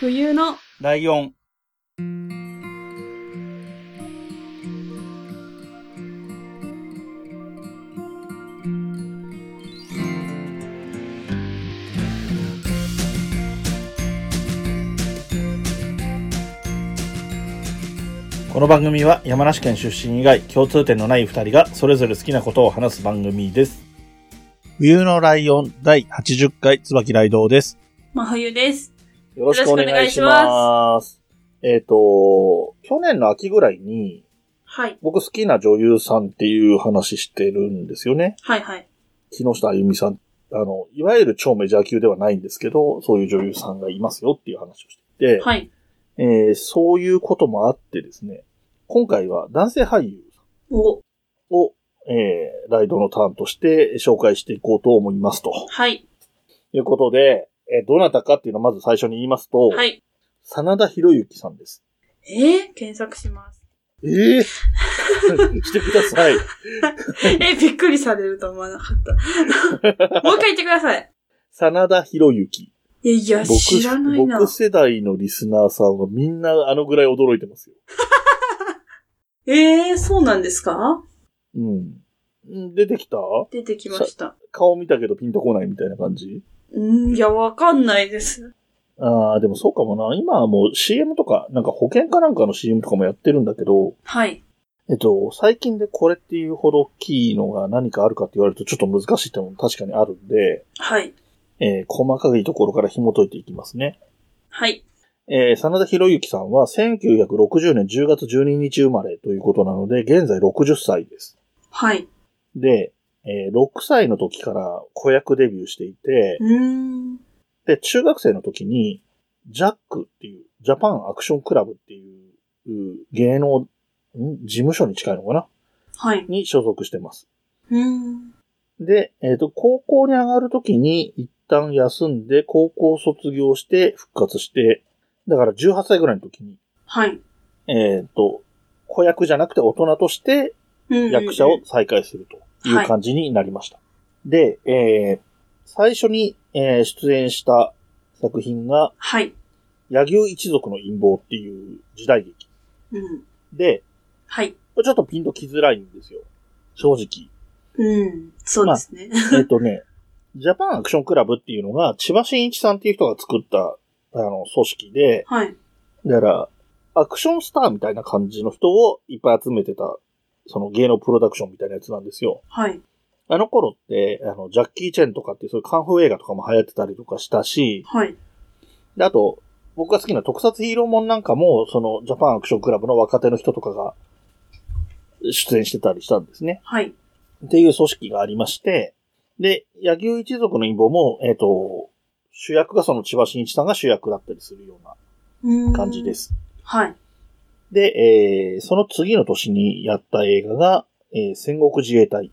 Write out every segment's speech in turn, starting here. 冬のライオン。この番組は山梨県出身以外共通点のない二人がそれぞれ好きなことを話す番組です。冬のライオン第80回椿雷道です。真冬です。よろしくお願いします。えっ、と、去年の秋ぐらいに、はい。僕好きな女優さんっていう話してるんですよね。はいはい。木下あゆみさん。あの、いわゆる超メジャー級ではないんですけど、そういう女優さんがいますよっていう話をしていて、はい。えーそういうこともあってですね、今回は男性俳優お。を、えーライドのターンとして紹介していこうと思いますと。はい。いうことで、えーどなたかっていうのをまず最初に言いますと、はい。真田広之さんです。えー、検索し ます。ええしてください。え、びっくりされると思わなか った。もう一回言ってください。真田広之。いやいや、僕、知らないな僕。世代のリスナーさんはみんなあのぐらい驚いてますよ。えー、そうなんですかうん。ん出てきた出てきました。顔見たけどピンとこないみたいな感じうんいや、わかんないです。ああ、でもそうかもな。今はもう CM とか、なんか保険かなんかの CM とかもやってるんだけど、はい。えっと、最近でこれっていうほど大きいのが何かあるかって言われるとちょっと難しいってのも確かにあるんで、はい。えー細かいところから紐解いていきますね。はい。えー、真田広之さんは1960年10月12日生まれということなので、現在60歳です。はい。で、えー6歳の時から子役デビューしていて、うーん。で、中学生の時に、ジャックっていう、ジャパンアクションクラブっていう、う芸能、ん事務所に近いのかなはい。に所属してます。うーん。で、えっ、と、高校に上がる時に一旦休んで、高校卒業して復活して、だから18歳ぐらいの時に、はい。えっ、と、子役じゃなくて大人としてうん役者を。再開するという感じになりました。で、えー最初に、えー出演した作品が、はい。柳生一族の陰謀っていう時代劇うん。で、はい。これちょっとピンときづらいんですよ。正直。うん。そうですね。えっ、とね、ジャパンアクションクラブっていうのが、千葉真一さんっていう人が作った、あの、組織で、はい。だから、アクションスターみたいな感じの人をいっぱい集めてた、その芸能プロダクションみたいなやつなんですよ。はい。あの頃って、あの、ジャッキー・チェンとかっていうそういうカンフー映画とかも流行ってたりとかしたし、はい。で、あと、僕が好きな特撮ヒーローもんなんかも、その、ジャパンアクションクラブの若手の人とかが出演してたりしたんですね。はい。っていう組織がありまして、で、野球一族の陰謀も、えっ、と、主役がその千葉真一さんが主役だったりするようなうーん感じで。す。はい。で、えー、その次の年にやった映画が、えー戦国自衛隊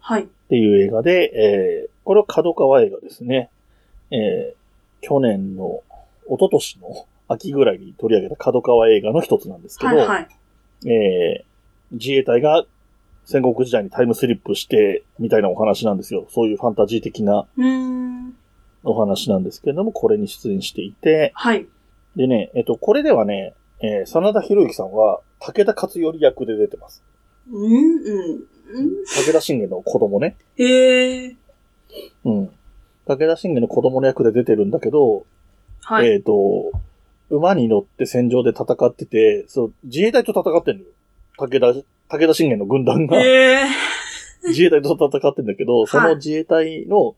はい。っていう映画で、えーこれは角川映画ですね。えー去年の、一昨年の秋ぐらいに取り上げた角川映画の一つなんですけど、はい。はい。えー自衛隊が戦国時代にタイムスリップしてみたいなお話なんですよ。そういうファンタジー的なうーん。お話なんですけれども、これに出演していて、はい。でね、えっと、これではね、えー真田広之さんは武田勝頼役で出てます。うんうん。うん武田信玄の子供ね。へえ。うん。武田信玄の子供の役で出てるんだけど、はい。えっ、と、馬に乗って戦場で戦ってて、そう、自衛隊と戦ってんのよ。武田、武田信玄の軍団がへえ。自衛隊と戦ってんだけど、その自衛隊の、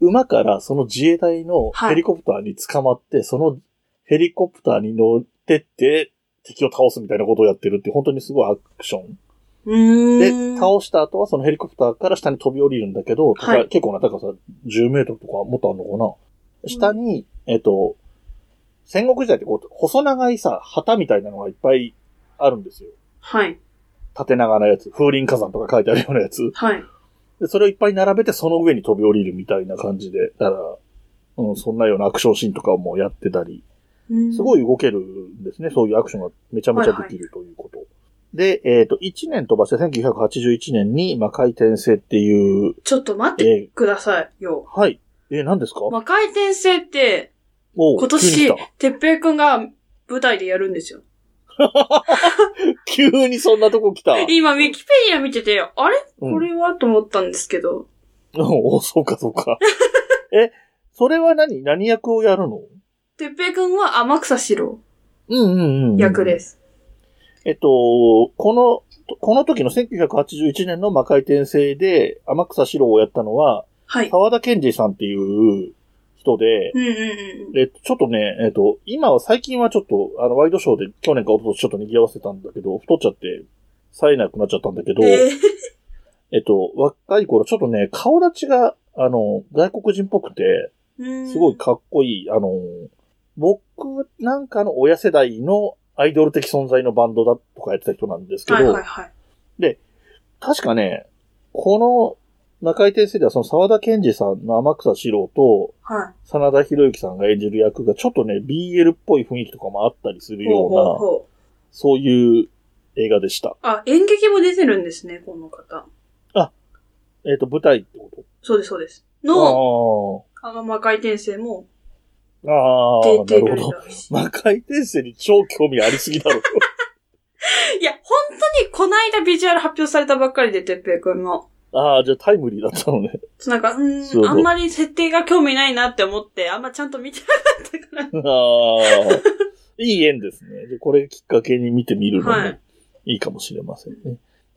馬からその自衛隊のヘリコプターに捕まって、そのヘリコプターに乗ってって、敵を倒すみたいなことをやってるって、本当にすごいアクション。うーで、ん。倒した後はそのヘリコプターから下に飛び降りるんだけど、高いはい結構な高さ10メートルとかもっとあるのかな。下に、えっと、戦国時代ってこう、細長いさ、旗みたいなのがいっぱいあるんですよ。はい。縦長なやつ、風林火山とか書いてあるようなやつ。はい。で、それをいっぱい並べてその上に飛び降りるみたいな感じで、だから、うん、そんなようなアクションシーンとかもやってたり、すごい。い動けるんですね。そういうアクションがめちゃめちゃできるということ。で、えっ、と、1年飛ばして1981年に魔界転生っていう、ちょっと待ってえくださいよ。ーはい。えー、何ですか魔界転生って、おう今急年に来、てっぺいくんが舞台でやるんですよ。た 急にそんなとこ来た。今、ウィキペディア見てて、あれうんこれはと思ったんですけど。 おおそうか、そうか。 え、それは何何役をやるのてっぺいくんは天草四郎うんうんうん。役です。えっと、この、この時の1981年の魔界転生で天草四郎をやったのは、はい。沢田健二さんっていう人で、うんうんうん。で、ちょっとね、えっと、今は最近はちょっと、あの、ワイドショーで去年かおととしちょっと賑わせたんだけど、太っちゃって、冴えなくなっちゃったんだけど、えーえっと、若い頃ちょっとね、顔立ちが、あの、外国人っぽくて、うんすごいかっこいい、あの、僕なんかの親世代のアイドル的存在のバンドだとかやってた人なんですけど、はいはいはい。確かね、この中井先生ではその沢田健二さんの天草四郎と、は真田広之さんが演じる役がちょっとね、BL っぽい雰囲気とかもあったりするい。ようほうほな、うほう。そういう映画でした。あ、演劇も出てるんですね、この方。えっ、と、舞台ってこそうです、そうです。の、とあの、魔界転生もああ。ああ、出なてるほるど。らしい。魔界転生に超興味ありすぎだろ。いや、本当にこないだビジュアル発表されたばっかりで、てっぺいくんの。ああ、じゃあタイムリーだったのね。そうなんか、うそうーん、あんまり設定が興味ないなって思って、あんまちゃんと見てなかったか ああ。いい縁ですね。でこれきっかけに見てみるのもはいいいかもしれませんね。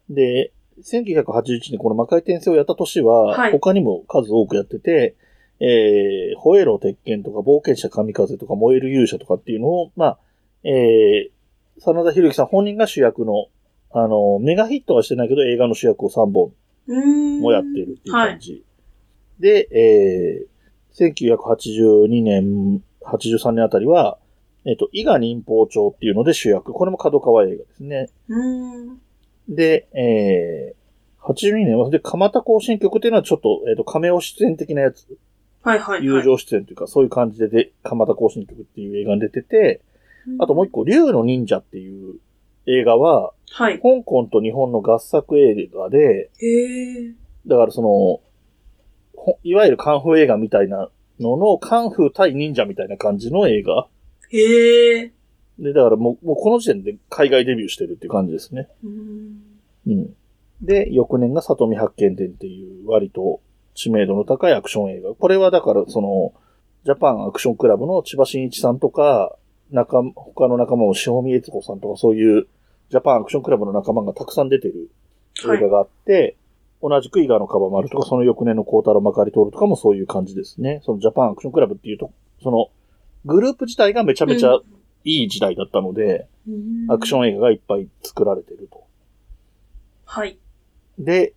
で、1981年この魔界転生をやった年は、はい他にも数多くやってて、えー、ホエロ鉄拳とか冒険者神風とか燃える勇者とかっていうのを、まあ、えー、真田広之さん本人が主役の、あの、メガヒットはしてないけど映画の主役を3本ら。うーん。もやってるっていう感じ。で、えー、1982年、83年あたりは、えっ、と、伊賀忍法帳っていうので主役。これも角川映画ですね。うーん。で、えー、82年は、で、蒲田行進曲っていうのはちょっと、えっ、と、亀尾出演的なやつ。はいはい、はい。友情出演というか、そういう感じでで、蒲田行進曲っていう映画に出てて、あともう一個。個、竜の忍者っていう映画は、はい。香港と日本の合作映画で、へえ。だからその、ほいわゆるカンフー映画みたいなのの、カンフー対忍者みたいな感じの映画。へえ。で、だからもう、もうこの時点で海外デビューしてるっていう感じですね。うーん。うん。で、翌年が里見発見伝っていう割と知名度の高いアクション映画。これはだからその、ジャパンアクションクラブの千葉真一さんとか、仲間、他の仲間も塩見悦子さんとかそういう、ジャパンアクションクラブの仲間がたくさん出てるは映画い。があって、同じく伊賀のカバマルとか、その翌年の高太郎まかり通るとかもそういう感じですね。そのジャパンアクションクラブっていうと、その、グループ自体がめちゃめちゃいい時代だったので、アクション。ン映画がいっぱい作られてると。はい。で、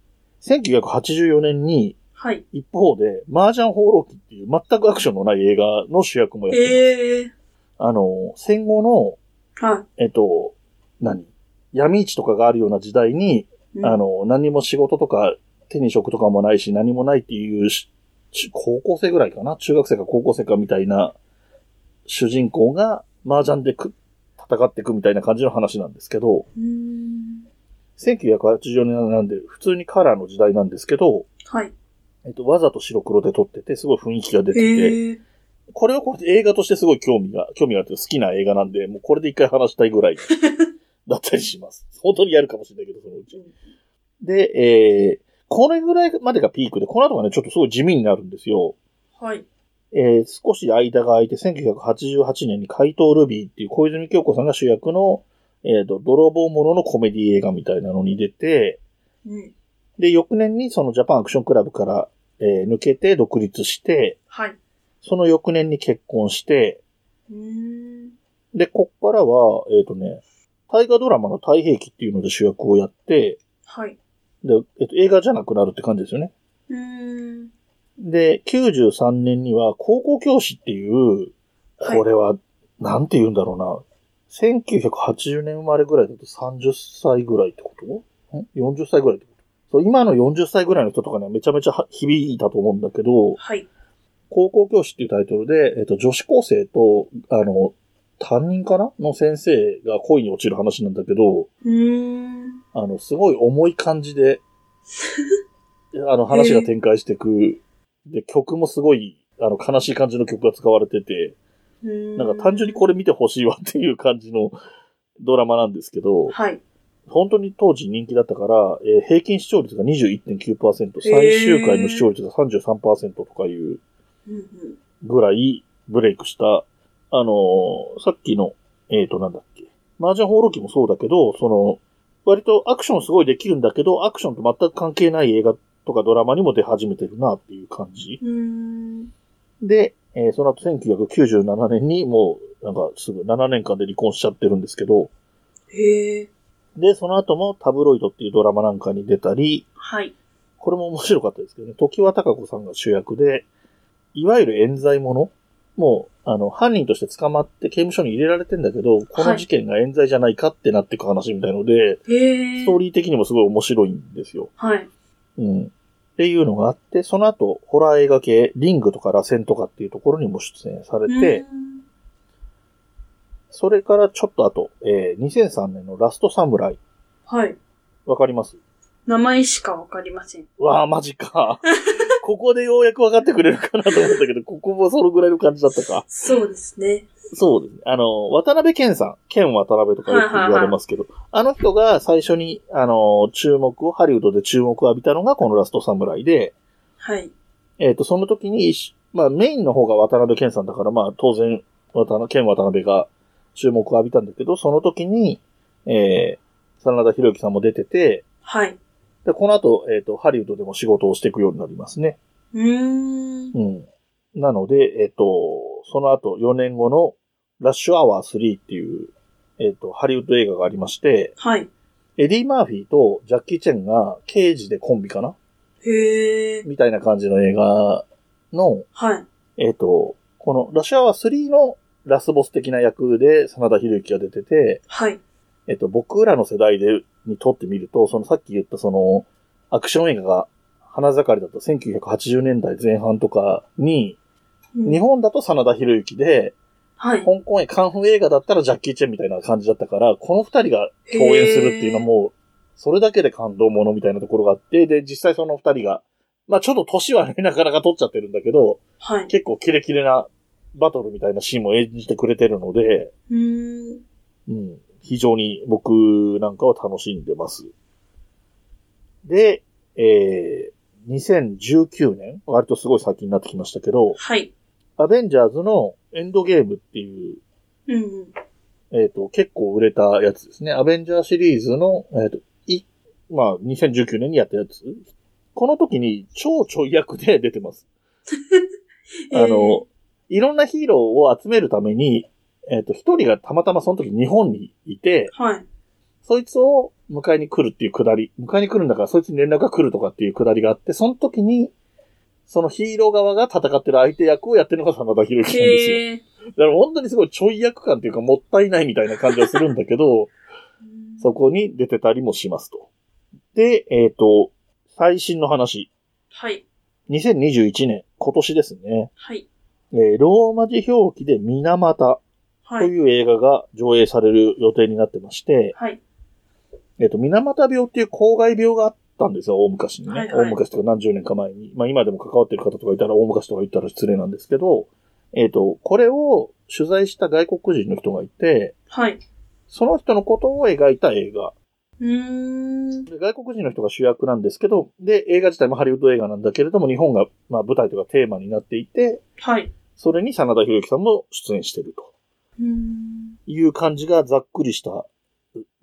1984年に、はい。一方で、麻雀放浪記っていう全くアクションのない映画の主役もやってる。ええ。あの、戦後の、はえっと、何闇市とかがあるような時代に、い。うんあ、の、何も仕事とか、手に職とかもないし、何もないっていうし、ち高校生ぐらいかな中学生か高校生かみたいな、主人公が麻雀でく戦っていくみたいな感じの話なんですけど、うーん。 1984年なんで、普通にカラーの時代なんですけど、はい。えっと、わざと白黒で撮ってて、すごい雰囲気が出てて、へえ。これはこれで映画としてすごい興味が、興味があって好きな映画なんで、もうこれで一回話したいぐらいだったりします。本当にやるかもしれないけど、そのうち。で、えー、これぐらいまでがピークで、この後がね、ちょっとすごい地味になるんですよ。はい。えー、少し間が空いて、1988年に怪盗ルビーっていう小泉京子さんが主役の、えーと、泥棒者のコメディ映画みたいなのに出て、うん。で、翌年にそのジャパンアクションクラブから、えー抜けて独立して、はい。その翌年に結婚して、うーん。で、こっからは、えっ、とね、大河ドラマの太平記っていうので主役をやって、はい。で、えーと映画じゃなくなるって感じですよね。うーん。で、93年には高校教師っていう、はいこれは、なんて言うんだろうな。1980年生まれぐらいだと30歳ぐらいってことん ?40 歳ぐらいってことそう、今の40歳ぐらいの人とかね、めちゃめちゃは響いたと思うんだけど、はい。高校教師っていうタイトルで、えっと、女子高生と、あの、担任かなの先生が恋に落ちる話なんだけど、うーん。あの、すごい重い感じで、あの、話が展開していく。で、曲もすごい、あの、悲しい感じの曲が使われてて、うなんか単純にこれ見てほしいわっていう感じのドラマなんですけど、はい。本当に当時人気だったから、えー平均視聴率が21.9%、最終回の視聴率が33%とかいううんうんぐらいブレイクした、あのーさっきの、えーと、なんだっけ、麻雀放浪記もそうだけど、その、割とアクションすごいできるんだけど、アクションと全く関係ない映画とかドラマにも出始めてるなっていう感じ。うーん。で、えーその後1997年にもう、なんかすぐ7年間で離婚しちゃってるんですけど、へえ。で、その後もタブロイドっていうドラマなんかに出たり、はい。これも面白かったですけどね、時は高子さんが主役で、いわゆる冤罪者もう、あの、犯人として捕まって刑務所に入れられてんだけど、この事件が冤罪じゃないかってなってく話みたいので、へえ。ストーリー的にもすごい面白いんですよ。はい。うん。っていうのがあって、その後、ホラー映画系、リングとか螺旋とかっていうところにも出演されて、うーんそれからちょっと後、えー、2003年のラストサムライ。はい。わかります名前しかわかりません。わあ、マ ジか。ここでようやく分かってくれるかなと思ったけど、ここもそのぐらいの感じだったか。そうですね。そうですね。あの、渡辺健さん。健渡辺とかよく言われますけど、あの人が最初に、あの、注目を、ハリウッドで注目を浴びたのがこのラストサムライで、はい。えっ、と、その時に一緒、まあメインの方が渡辺健さんだから、まあ当然、渡辺、健渡辺が注目を浴びたんだけど、その時に、えー、真田広之さんも出てて、はい。で、この後、えっ、と、ハリウッドでも仕事をしていくようになりますね。うーん。うん。なので、えっ、と、その後4年後のラッシュアワー3っていう、えっ、と、ハリウッド映画がありまして、はい。エディ・マーフィーとジャッキー・チェンが刑事でコンビかなへえ。みたいな感じの映画の、はい。えっ、と、このラッシュアワー3のラスボス的な役で真田広之が出てて、はい。えっ、と、僕らの世代で、にとってみると、そのさっき言ったその、アクション映画が花盛りだと1980年代前半とかに、うん日本だと真田広之で、はい。香港へカンフー映画だったらジャッキー・チェンみたいな感じだったから、この二人が共演するっていうのはもう、それだけで感動ものみたいなところがあって、で、実際その二人が、まあちょっと年はね、なかなか取っちゃってるんだけど、はい。結構キレキレなバトルみたいなシーンも演じてくれてるので、うーん。うん、非常に僕なんかは楽しんでます。で、えー、2019年、割とすごい先になってきましたけど、はい。アベンジャーズのエンドゲームっていううんうん。えっ、と、結構売れたやつですね。アベンジャーシリーズの、えっ、と、い、まあ、2019年にやったやつ。この時に超ちょい役で出てます。あえーの、いろんなヒーローを集めるために、えっ、と、一人がたまたまその時日本にいて、はい。そいつを迎えに来るっていうくだり、迎えに来るんだからそいつに連絡が来るとかっていうくだりがあって、その時に、そのヒーロー側が戦ってる相手役をやってるのが真田広之なんですよ。へえ。だから本当にすごいちょい役感っていうかもったいないみたいな感じはするんだけど、そこに出てたりもしますと。で、えっ、と、最新の話。はい。 2021年、今年ですね。はい。えーローマ字表記で水俣とはい。いう映画が上映される予定になってまして、はい。えっ、と、水俣病っていう公害病があったんですよ、大昔にね。はいはい大昔とか何十年か前に。まあ今でも関わってる方とかいたら大昔とか言ったら失礼なんですけど、えっ、と、これを取材した外国人の人がいて、はい。その人のことを描いた映画うーん。で外国人の人が主役なんですけど、で、映画自体もハリウッド映画なんだけれども、日本が、まあ、舞台とかテーマになっていて、はい。それに真田広之さんも出演してるとうーん。いう感じがざっくりした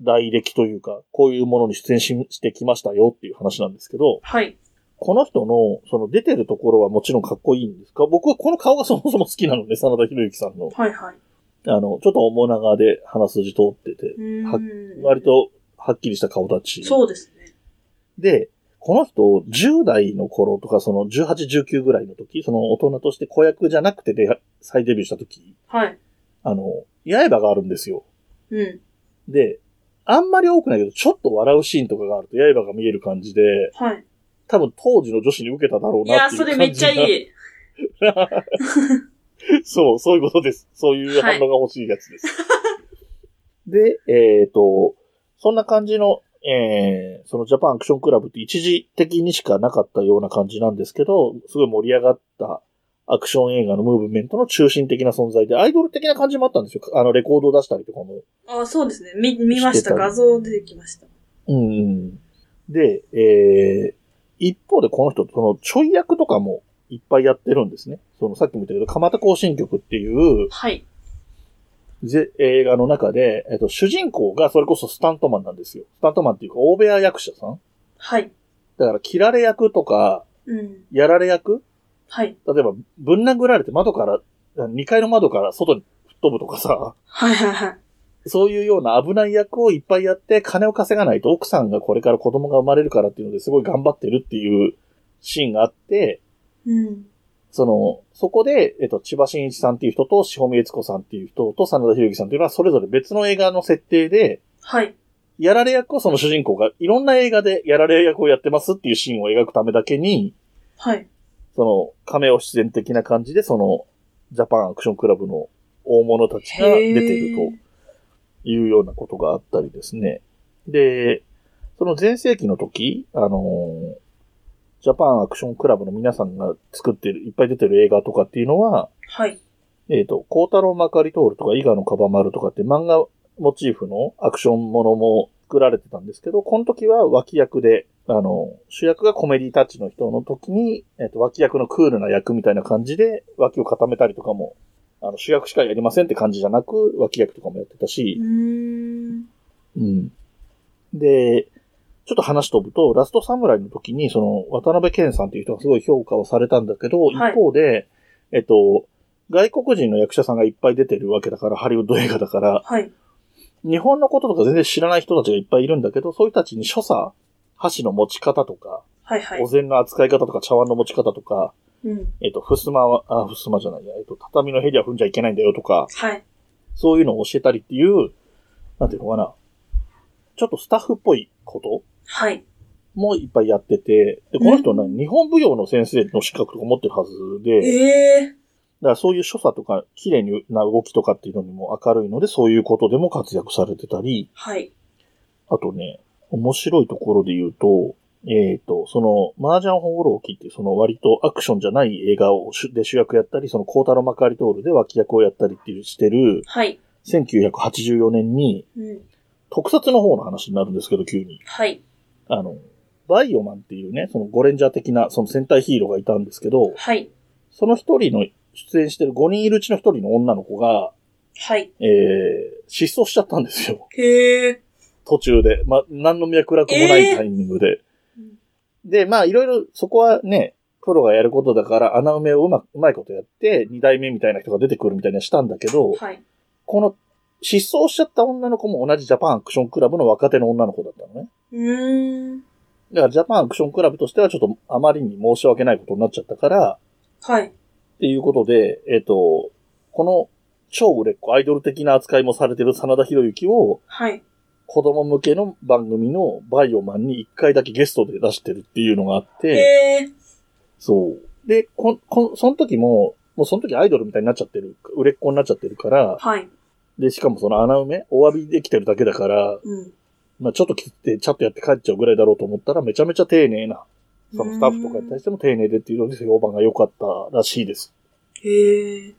来歴というか、こういうものに出演ししてきましたよっていう話なんですけど、はい。この人の、その出てるところはもちろんかっこいいんですが、僕はこの顔がそもそも好きなので、真田広之さんの。はい。はい。あの、ちょっと面長で鼻筋通ってて、うーん。割。とはっきりした顔立ち。そうですね。で、この人、10代の頃とか、その18、19ぐらいの時、その大人として子役じゃなくてで再デビューした時、はい。あの、刃があるんですよ。うん。で、あんまり多くないけど、ちょっと笑うシーンとかがあると刃が見える感じで、はい。多分当時の女子に受けただろういなや、っていうそ感じれめっちゃいい。い。そう、そういうことです。そういう反応が欲しいやつです。で、えっ、と、そんな感じの、えー、そのジャパンアクションクラブって一時的にしかなかったような感じなんですけど、すごい盛り上がったアクション映画のムーブメントの中心的な存在で、アイドル的な感じもあったんですよ。あの、レコードを出したりとかも。あそうですね。見、見ました。画像出てきました。うんうん。で、えー、一方でこの人、その、ちょい役とかもいっぱいやってるんですね。その、さっきも言ったけど、蒲田行進曲っていう、はい。ぜ映画の中で、えっと、主人公がそれこそスタントマンなんですよ。スタントマンっていうか、大部屋役者さんはい。だから、切られ役とか、うん。やられ役はい。例えば、ぶん殴られて窓から、2階の窓から外に吹っ飛ぶとかさ、はいはいはい。そういうような危ない役をいっぱいやって、金を稼がないと奥さんがこれから子供が生まれるからっていうのですごい頑張ってるっていうシーンがあって、うん。その、そこで、えっと、千葉真一さんっていう人と、塩見悦子さんっていう人と、真田広之さんっていうのは、それぞれ別の映画の設定で、はい。やられ役をその主人公がいろんな映画でやられ役をやってますっていうシーンを描くためだけに、はい。その、亀を自然的な感じで、その、ジャパンアクションクラブの大物たちが出てるというようなことがあったりですね。で、その前世紀の時、あのージャパンアクションクラブの皆さんが作ってる、いっぱい出てる映画とかっていうのは、はい。えっ、と、孝太郎まかり通るとか、伊賀のかばまるとかって漫画モチーフのアクションものも作られてたんですけど、この時は脇役で、あの、主役がコメディタッチの人の時に、えっ、と、脇役のクールな役みたいな感じで、脇を固めたりとかも、あの、主役しかやりませんって感じじゃなく、脇役とかもやってたし、うーん。うん。で、ちょっと話飛ぶと、ラストサムライの時に、その、渡辺謙さんっていう人がすごい評価をされたんだけど、はい一方で、えっと、外国人の役者さんがいっぱい出てるわけだから、ハリウッド映画だから、はい。日本のこととか全然知らない人たちがいっぱいいるんだけど、そういう人たちに所作、箸の持ち方とか、はいはいお。膳の扱い方とか、茶碗の持ち方とか、うん。えっと、ふすまは、あ、ふすまじゃないや、えっと、畳のヘリは踏んじゃいけないんだよとか、はい。そういうのを教えたりっていう、なんていうのかな、ちょっとスタッフっぽいことはい。もいっぱいやってて、で、この人はね、日本舞踊の先生の資格とか持ってるはずで、だええからそういう所作とか、綺麗な動きとかっていうのにも明るいので、そういうことでも活躍されてたり、はい。あとね、面白いところで言うと、えっ、と、その、麻雀ホーローキっていう、その割とアクションじゃない映画を主で主役やったり、その、コータロマカリトールで脇役をやったりっていうしてる、はい。 1984年に、うん。特撮の方の話になるんですけど、急に。はい。あの、バイオマンっていうね、そのゴレンジャー的な、その戦隊ヒーローがいたんですけど、はい。その一人の、出演してる5人いるうちの一人の女の子が、はい。えー、失踪しちゃったんですよ。へえ。途中で。まあ、何の脈絡もないタイミングで。うんで、まあ、いろいろ、そこはね、プロがやることだから、穴埋めをうまく、うまいことやって、二代目みたいな人が出てくるみたいにはしたんだけど、はい。この、失踪しちゃった女の子も同じジャパンアクションクラブの若手の女の子だったのね。うーん。だからジャパンアクションクラブとしてはちょっとあまりに申し訳ないことになっちゃったから、はい。っていうことで、えっ、と、この超売れっ子アイドル的な扱いもされてる真田広之をはい。子供向けの番組のバイオマンに一回だけゲストで出してるっていうのがあっへて、え。そう。で、こん、こん、その時も、もうその時アイドルみたいになっちゃってる、売れっ子になっちゃってるから、はい。で、しかもその穴埋め、お詫びできてるだけだから、うん。まあちょっと切って、ちゃっとやって帰っちゃうぐらいだろうと思ったら、めちゃめちゃ丁寧な、そのスタッフとかに対しても丁寧でっていうので評判が良かったらしいです。へえ。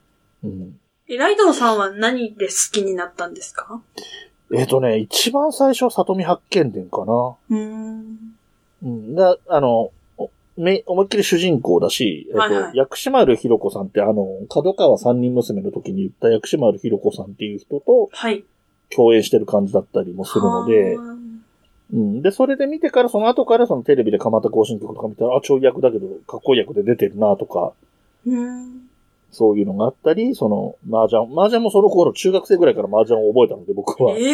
うん。え、ライドウさんは何で好きになったんですかえっ、とね、一番最初は里見発見伝かな。うーん。うん。が、あの、おめ、思いっきり主人公だし、えっ、と、はいはい薬師丸ひろ子さんって、あの、角川三人娘の時に言った薬師丸ひろ子さんっていう人とはい。共演してる感じだったりもするので、はーうん。で、それで見てから、その後からそのテレビで蒲田行進曲とか見たら、あ、ちょい役だけど、かっこいい役で出てるなとか、うーん。そういうのがあったり、その、麻雀、麻雀もその頃、中学生ぐらいから麻雀を覚えたので、僕は。ええ。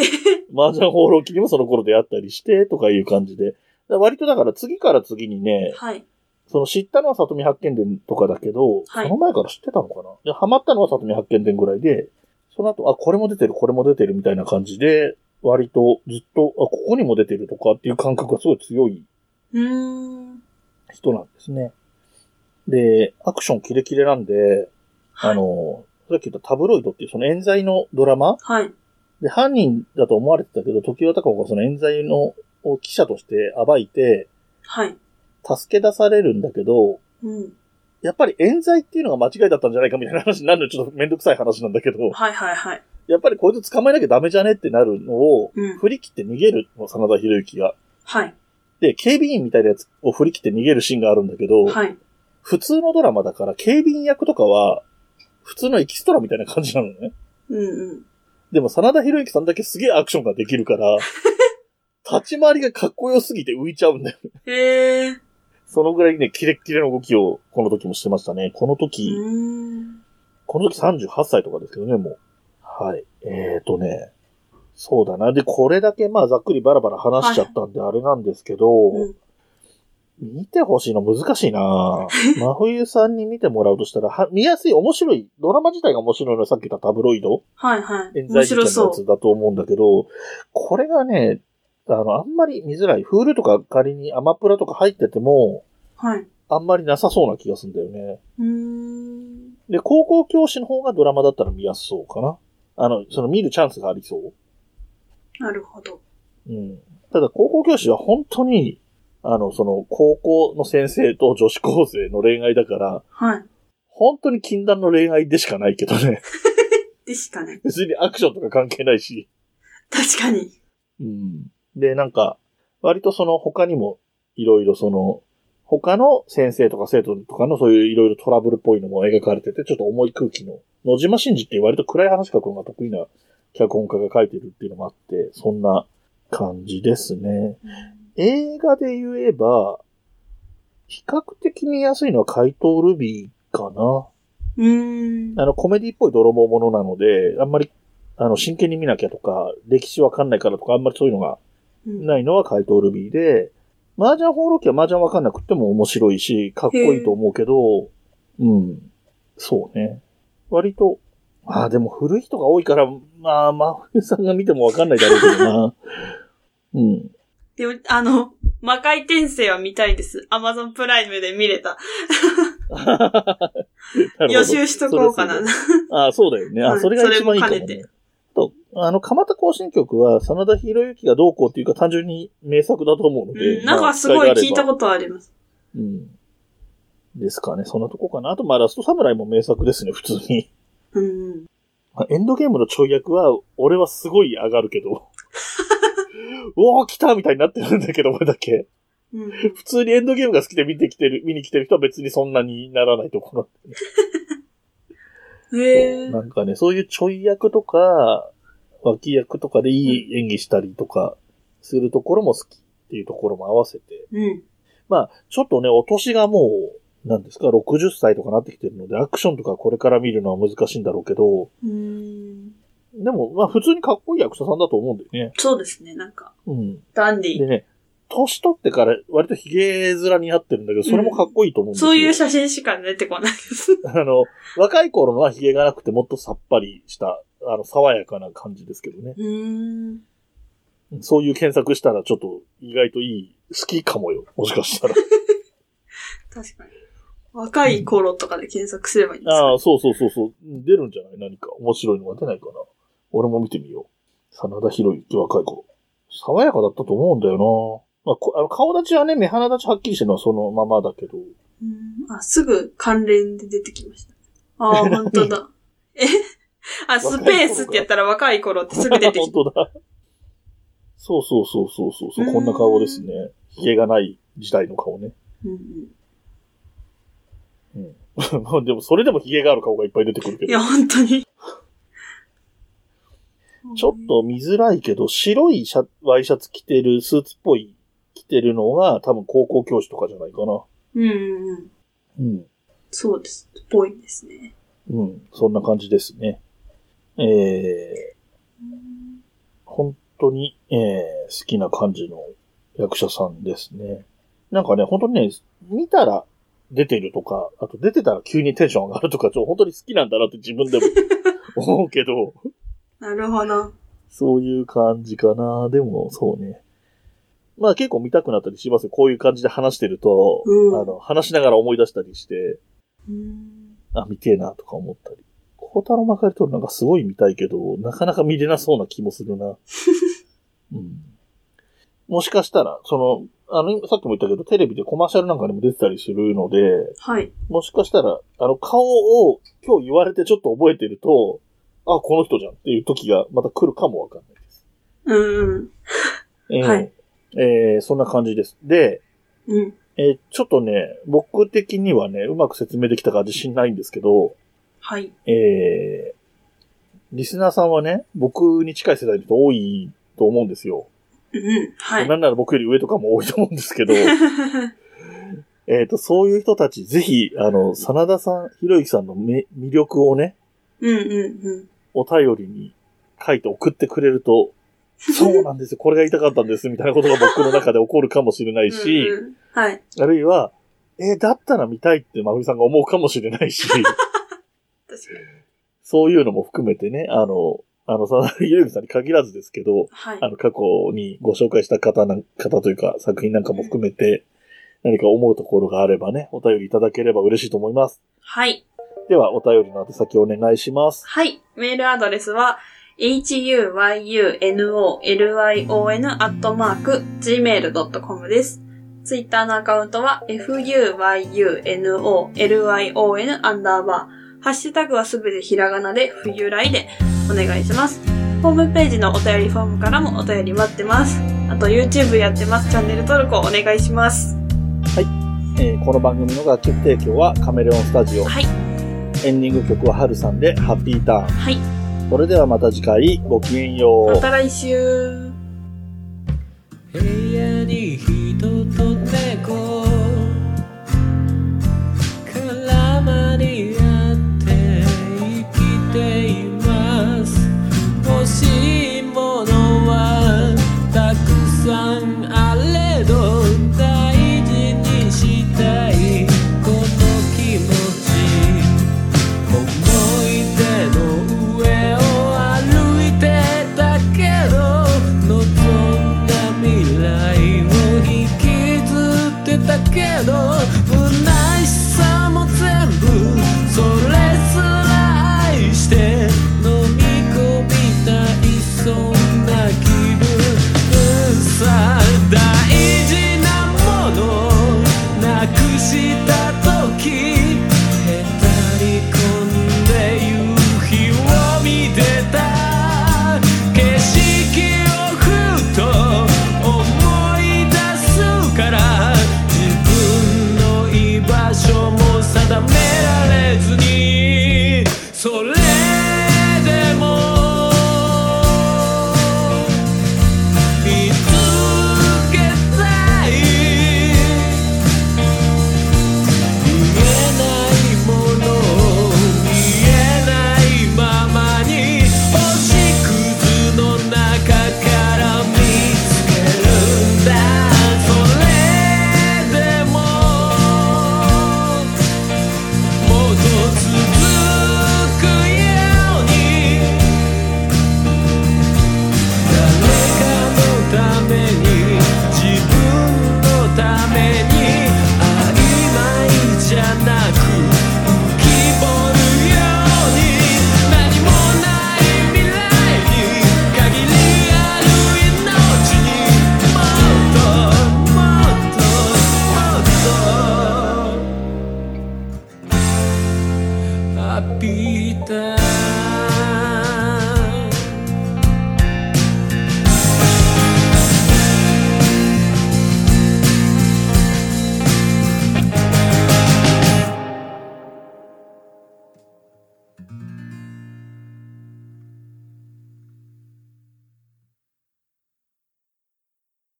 麻雀放浪記にもその頃出会ったりして、とかいう感じで。だから割とだから次から次にね、はい。その知ったのは里見発見伝とかだけど、はいその前から知ってたのかなで、ハマったのは里見発見伝ぐらいで、その後、あ、これも出てる、これも出てるみたいな感じで、割とずっと、あ、ここにも出てるとかっていう感覚がすごい強いうーん。人なんですね。で、アクションキレキレなんで、はいあの、さっき言ったタブロイドっていうその冤罪のドラマはい。で、犯人だと思われてたけど、時盤隆子がその冤罪のを記者として暴いて、はい。助け出されるんだけど、うん。やっぱり冤罪っていうのが間違いだったんじゃないかみたいな話になるのちょっとめんどくさい話なんだけど、はいはいはい。やっぱりこいつ捕まえなきゃダメじゃねってなるのを、うん。振り切って逃げるの、真田広之が。はい。で、警備員みたいなやつを振り切って逃げるシーンがあるんだけど、はい。普通のドラマだから警備員役とかは、普通のエキストラみたいな感じなのね。うんうん。でも、真田広之さんだけすげえアクションができ るから、立ち回りがかっこよすぎて浮いちゃうんだよ。へえ。そのぐらいね、キレッキレの動きをこの時もしてましたね。この時、うん。この時38歳とかですけどね、もう。はい。えーとね、そうだな。で、これだけまあざっくりバラバラ話しちゃったんであれなんですけど、うん見てほしいの難しいな真冬さんに見てもらうとしたら、は見やすい、面白い、ドラマ自体が面白いのはさっき言ったタブロイドはいはい。冤罪面事件白のやそつだと思うんだけど、これがね、あの、あんまり見づらい。フールとか仮にアマプラとか入ってても、う。はい。あんまりなさそうな気がするんだよね。うーん。で、高校教師の方がドラマだったら見やすそうかな。あの、その見るチャンスがありそう。なるほど。うん。ただ、高校教師は本当に、あの、その、高校の先生と女子高生の恋愛だから、はい。本当に禁断の恋愛でしかないけどね。 でしたね。別にアクションとか関係ないし。確かに。うん。で、なんか、割とその他にも、いろいろその、他の先生とか生徒とかのそういういろいろトラブルっぽいのも描かれてて、ちょっと重い空気の、野島真司っていう割と暗い話書くのが得意な脚本家が書いてるっていうのもあって、そんな感じですね。映画で言えば、比較的見やすいのは怪盗ルビーかな。うーん。あの、コメディっぽい泥棒ものなので、あんまり、あの、真剣に見なきゃとか、歴史わかんないからとか、あんまりそういうのがうんないのは怪盗ルビーで、麻雀放浪記は麻雀わかんなくても面白いし、かっこいいと思うけど、うん。そうね。割と、ああ、でも古い人が多いから、まあ、真冬さんが見てもわかんないだろうけど な。うん。でも、あの、魔界転生は見たいです。アマゾンプライムで見れた。なるほど予習しとこうかなそれ。ああ、そうだよね。あ、はいそれが一番いいかそもれも兼ねね。と、あの、蒲田行進曲は、真田広之がどうこうっていうか単純に名作だと思うので。うん、なんかすごい聞いたと。ことあります。うん。ですかね。そんなとこかな。あと、まあ、ラストサムライも名作ですね、普通に。うんうん。まあエンドゲームのちょい役は、俺はすごい上がるけど。 うおー、来たみたいになってるんだけど、俺だけ。うん、普通にエンドゲームが好きで見てきてる、見に来てる人は別にそんなにならないところへえ。なんかね、そういうちょい役とか、脇役とかでいい演技したりとかするところも好きっていうところも合わせて。うん。まあ、ちょっとね、お年がもう、なんですか、60歳とかなってきてるので、アクションとかこれから見るのは難しいんだろうけど、うん。でも、まあ普通にかっこいい役者さんだと思うんだよね。そうですね、なんか、うん。ダンディでね、年取ってから割と髭面になってるんだけど、それもかっこいいと思うんですよ。そういう写真しか出てこないです。 あの、若い頃のは髭がなくてもっとさっぱりした、あの、爽やかな感じですけどね。うん。そういう検索したらちょっと意外といい、好きかもよ。もしかし たら。確かに。若い頃とかで検索すればいいんですか、ああ、そうそうそうそう。出るんじゃない何か。面白いのが出ないかな。俺も見てみよう。真田広之若い頃。爽やかだったと思うんだよな。まあ、こあの顔立ちはね、目鼻立ちはっきりしてるのはそのままだけど。うんあ、すぐ関連で出てきました。ああ、 本当だ。え あ、スペースってやったら若い頃ってすぐ出てき 本た。当だ。そうそうそうそうそうそうう。ーんこんな顔ですね。髭がない時代の顔ね。 うんうんでも、それでも髭がある顔がいっぱい出てくるけいどや、。本当に。 ちょっと見づらいけど、白いシャワイシャツ着てる、スーツっぽい着てるのが、多分高校教師とかじゃないかな。うんうんうん。うん。そうです。ぽいですね。うん。そんな感じですね。えうー、ん本当に、えー、好きな感じの役者さんですね。なんかね、本当にね、見たら出てるとか、あと出てたら急にテンション上がるとか、ちょっと本当に好きなんだなって自分 でも思うけど、なるほど。そういう感じかな。でも、そうね。まあ結構見たくなったりしますよこういう感じで話してると、うんあの、話しながら思い出したりして、うんあ、見てえなとか思ったり。コ太郎まかりとなんかすごい見たいけど、なかなか 見れなそうな気もするな。うん、もしかしたら、その、あの、さっきも言ったけど、テレビでコマーシャルなんかにも出てたりするので、はい。もしかしたら、あの、顔を今日言われてちょっと覚えてると、あ、この人じゃんっていう時がまた来るかもわかんないです。うんうん。ええはいえーそんな感じです。で、うん。えーちょっとね、僕的にはね、うまく説明できたか自信ないんですけど、はい。えーリスナーさんはね、僕に近い世代の人多いと思うんですよ。うん。はい。なんなら僕より上とかも多いと思うんです けど、えっと、そういう人たち、ぜひ、あの、真田さん、ひろゆきさんのめ魅力をね、うんうんうん。お便りに書いて送ってくれると、そうなんですよ、これが言いたかったんです、みたいなことが僕の中で起こるかもしれないし、うんうんはい。あるいは、えーだったら見たいってまふみさんが思うかもしれないし、確かに。そういうのも含めてね、あの、あの、 真田ひろゆきさんに限らずですけど、はいあ。の、過去にご紹介した方なん、方というか作品なんかも含めて、何か思うところがあればね、お便りいただければ嬉しいと思います。はい。では、お便りの宛先お願いします。はい。メールアドレスは、huyunolion.gmail.com です。ツイッターのアカウントは、fuyunolion アンダーバー。ハッシュタグはすべてひらがなで、冬来でお願いします。ホームページのお便りフォームからもお便り待ってます。あと YouTube やってます。チャンネル登録をお願いします。えーこの番組の楽曲提供はカメレオンスタジオ。はい。エンディング曲はハルさんで、ハッピーターン。はい。それではまた次回、ごきげんよう。また来週。部屋に人と出